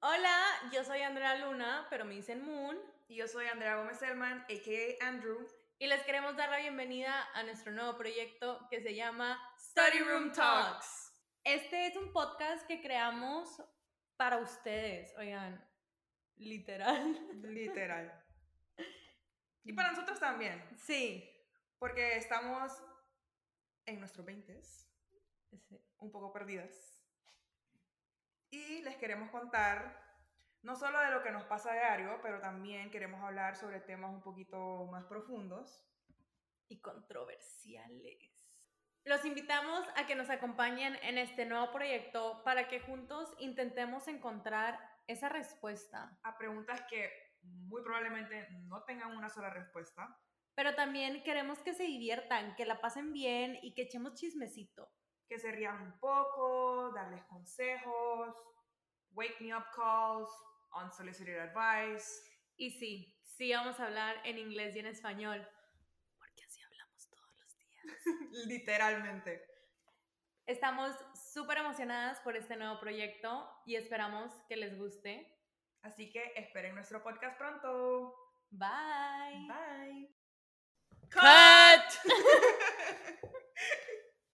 Hola, yo soy Andrea Luna, pero me dicen Moon, Y yo soy Andrea Gómez Elman, a.k.a. Andrew. y les queremos dar la bienvenida a nuestro nuevo proyecto que se llama Study Room Talks. Este es un podcast que creamos para ustedes, oigan, literal. Literal. Y para nosotros también, Sí, porque estamos en nuestros 20s, sí, un poco perdidas. Y les queremos contar no solo de lo que nos pasa diario, pero también queremos hablar sobre temas un poquito más profundos. y controversiales. Los invitamos a que nos acompañen en este nuevo proyecto para que juntos intentemos encontrar esa respuesta a preguntas que muy probablemente no tengan una sola respuesta. Pero también queremos que se diviertan, que la pasen bien y que echemos chismecito. que se rían un poco, darles consejos, wake me up calls, unsolicited advice. Y sí, sí vamos a hablar en inglés y en español, porque así hablamos todos los días. Literalmente. Estamos súper emocionadas por este nuevo proyecto y esperamos que les guste. Así que esperen nuestro podcast pronto. Bye. Bye. Cut.